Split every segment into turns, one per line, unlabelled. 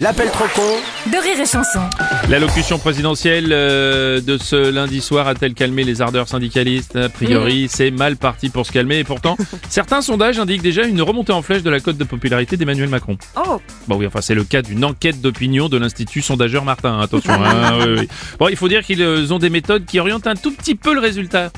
L'appel trop con
de rire et chanson.
L'allocution présidentielle euh, de ce lundi soir a-t-elle calmé les ardeurs syndicalistes A priori, c'est mal parti pour se calmer et pourtant, certains sondages indiquent déjà une remontée en flèche de la cote de popularité d'Emmanuel Macron.
Oh
Bon oui, enfin c'est le cas d'une enquête d'opinion de l'Institut Sondageur Martin, hein, attention. hein, oui, oui. Bon, il faut dire qu'ils euh, ont des méthodes qui orientent un tout petit peu le résultat.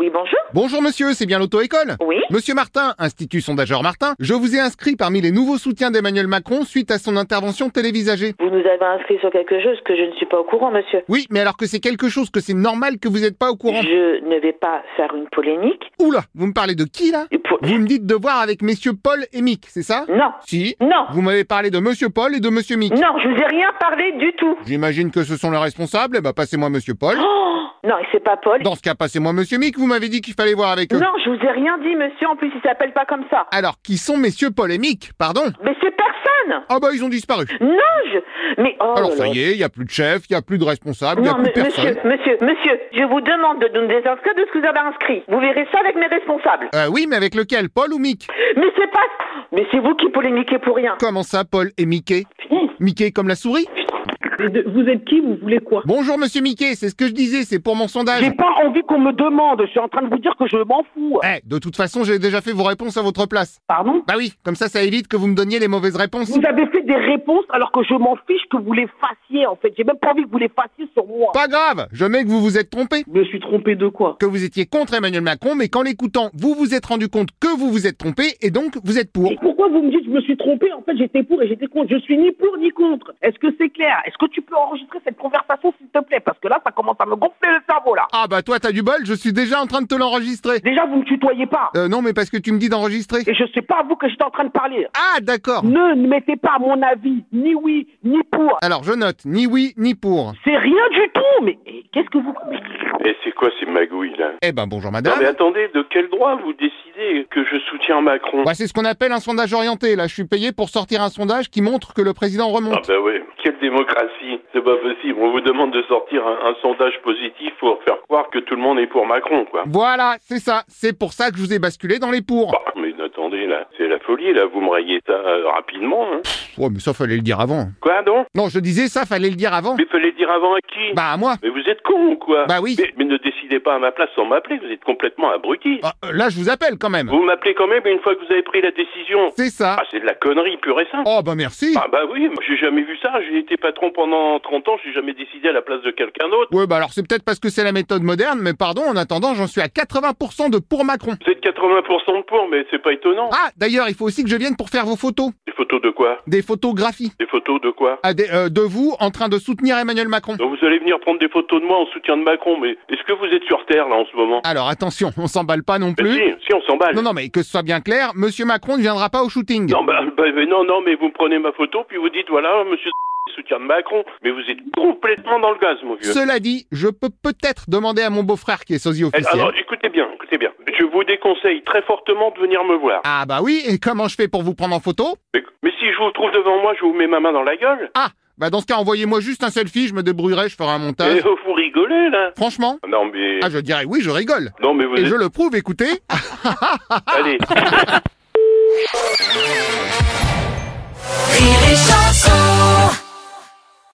Oui, bonjour.
Bonjour monsieur, c'est bien l'auto-école
Oui.
Monsieur Martin, Institut Sondageur Martin, je vous ai inscrit parmi les nouveaux soutiens d'Emmanuel Macron suite à son intervention télévisagée.
Vous nous avez inscrit sur quelque chose que je ne suis pas au courant, monsieur.
Oui, mais alors que c'est quelque chose que c'est normal que vous n'êtes pas au courant.
Je ne vais pas faire une polémique.
Oula, vous me parlez de qui là
Et pour-
Vous me dites de voir avec messieurs Paul et Mick, c'est ça
Non.
Si.
Non.
Vous m'avez parlé de monsieur Paul et de monsieur Mick.
Non, je vous ai rien parlé du tout.
J'imagine que ce sont leurs responsables, eh ben passez-moi monsieur Paul.
Oh Non, c'est pas Paul.
Dans ce cas, passez-moi monsieur Mick, vous m'avez dit qu'il fallait voir avec eux.
Non, je vous ai rien dit, monsieur. En plus, il s'appelle pas comme ça.
Alors, qui sont messieurs Paul et Mick Pardon
Mais c'est personne.
Ah bah ils ont disparu.
Non, je. Mais oh.
Alors
là
ça y
là.
est, il y a plus de chef, il y a plus de responsable, il y a
Non,
plus
mais-
personne.
monsieur, monsieur, monsieur, je vous demande de nous désinscrire de ce que vous avez inscrit. Vous verrez ça avec mes responsables.
Euh, oui, mais avec lequel Paul ou Mick
Mais c'est pas. Mais c'est vous qui polémiquez pour rien.
Comment ça, Paul et Mickey
Putain.
Mickey comme la souris
Et de- vous êtes qui Vous voulez quoi
Bonjour, monsieur Mickey, c'est ce que je disais, c'est pour mon sondage.
J'ai pas envie qu'on me demande. Je suis en train de vous dire que je m'en fous.
Eh, de toute façon, j'ai déjà fait vos réponses à votre place.
Pardon
Bah oui, comme ça, ça évite que vous me donniez les mauvaises réponses.
Vous avez fait des réponses alors que je m'en fiche que vous les fassiez en fait. J'ai même pas envie que vous les fassiez sur moi.
Pas grave, je mets que vous vous êtes trompé.
Je me suis trompé de quoi
Que vous étiez contre Emmanuel Macron, mais qu'en l'écoutant, vous vous êtes rendu compte que vous vous êtes trompé, et donc vous êtes pour.
Et pourquoi vous me dites je me suis trompé En fait, j'étais pour et j'étais contre. Je suis ni pour ni contre. Est-ce que c'est clair Est-ce que tu peux enregistrer cette conversation s'il te plaît Parce que là, ça commence à me gonfler le cerveau là.
Ah bah toi, t'as du bol, je suis déjà en train de te l'enregistrer.
Déjà, vous me tutoyez pas.
Euh, non, mais parce que tu me dis d'enregistrer.
Et je sais pas à vous que j'étais en train de parler.
Ah, d'accord.
Ne mettez pas mon avis, ni oui, ni pour.
Alors, je note, ni oui, ni pour.
C'est rien du tout. Mais eh, qu'est-ce que vous mais-
Et c'est quoi ces magouilles là
Eh ben, bonjour,
Non
madame.
mais attendez, de quel droit vous décidez que je soutiens Macron
Bah, c'est ce qu'on appelle un sondage orienté. Là, je suis payé pour sortir un sondage qui montre que le président
Ah
remonte.
bah ouais, quelle démocratie C'est pas possible, on vous demande de sortir un, un sondage positif pour faire croire que tout le monde est pour Macron quoi.
Voilà, c'est ça. C'est pour ça que je vous ai basculé dans les pour.
Bah, mais attendez là, c'est la folie là, vous me rayez ça euh, rapidement hein.
Ouais, Oh, mais ça fallait le dire avant.
Quoi donc
Non, je disais ça, fallait le dire avant.
Mais fallait dire avant à qui
Bah, à moi.
Mais vous êtes con ou quoi
Bah oui.
mais, mais ne décidez pas à ma place sans m'appeler, vous êtes complètement abruti.
Ah, euh, là, je vous appelle quand même.
Vous m'appelez quand même une fois que vous avez pris la décision.
C'est ça.
Ah c'est de la connerie pure et simple.
Oh, bah merci.
Ah bah oui, moi, j'ai jamais vu ça. J'ai été patron pendant 30 ans, j'ai jamais décidé à la place de quelqu'un d'autre.
Ouais, bah alors c'est peut-être parce que c'est la méthode moderne, mais pardon, en attendant, j'en suis à 80% de pour Macron.
Vous êtes 80% de pour, mais c'est pas étonnant.
Ah, d'ailleurs, il faut aussi que je vienne pour faire vos photos.
Des photos de quoi
Des photographies.
Des photos de quoi
Ah, des, euh, de vous en train de soutenir Emmanuel Macron.
Donc vous allez venir prendre des photos de moi en soutien de Macron, mais est-ce que vous êtes sur Terre là en ce moment
Alors attention, on s'emballe pas non
Mais
plus.
Si, si, on s'emballe.
Ah, Non, non, mais que ce soit bien clair, Monsieur Macron ne viendra pas au shooting.
Non, bah, bah, mais non, non, mais vous prenez ma photo, puis vous dites, voilà, monsieur soutien de Macron. Mais vous êtes complètement dans le gaz, mon vieux.
Cela dit, je peux peut-être demander à mon beau-frère qui est sosie
Eh,
officiel.
Alors, écoutez bien, écoutez bien. Je vous déconseille très fortement de venir me voir.
Ah bah oui, et comment je fais pour vous prendre en photo
Mais, mais si je vous trouve devant moi, je vous mets ma main dans la gueule.
Ah, bah dans ce cas, envoyez-moi juste un selfie, je me débrouillerai, je ferai un montage.
Eh, oh, vous rigolez, là
Franchement
Non, mais...
Ah, je dirais oui, je rigole.
Non, mais vous
Et
êtes...
je le prouve, écoutez.
Allez.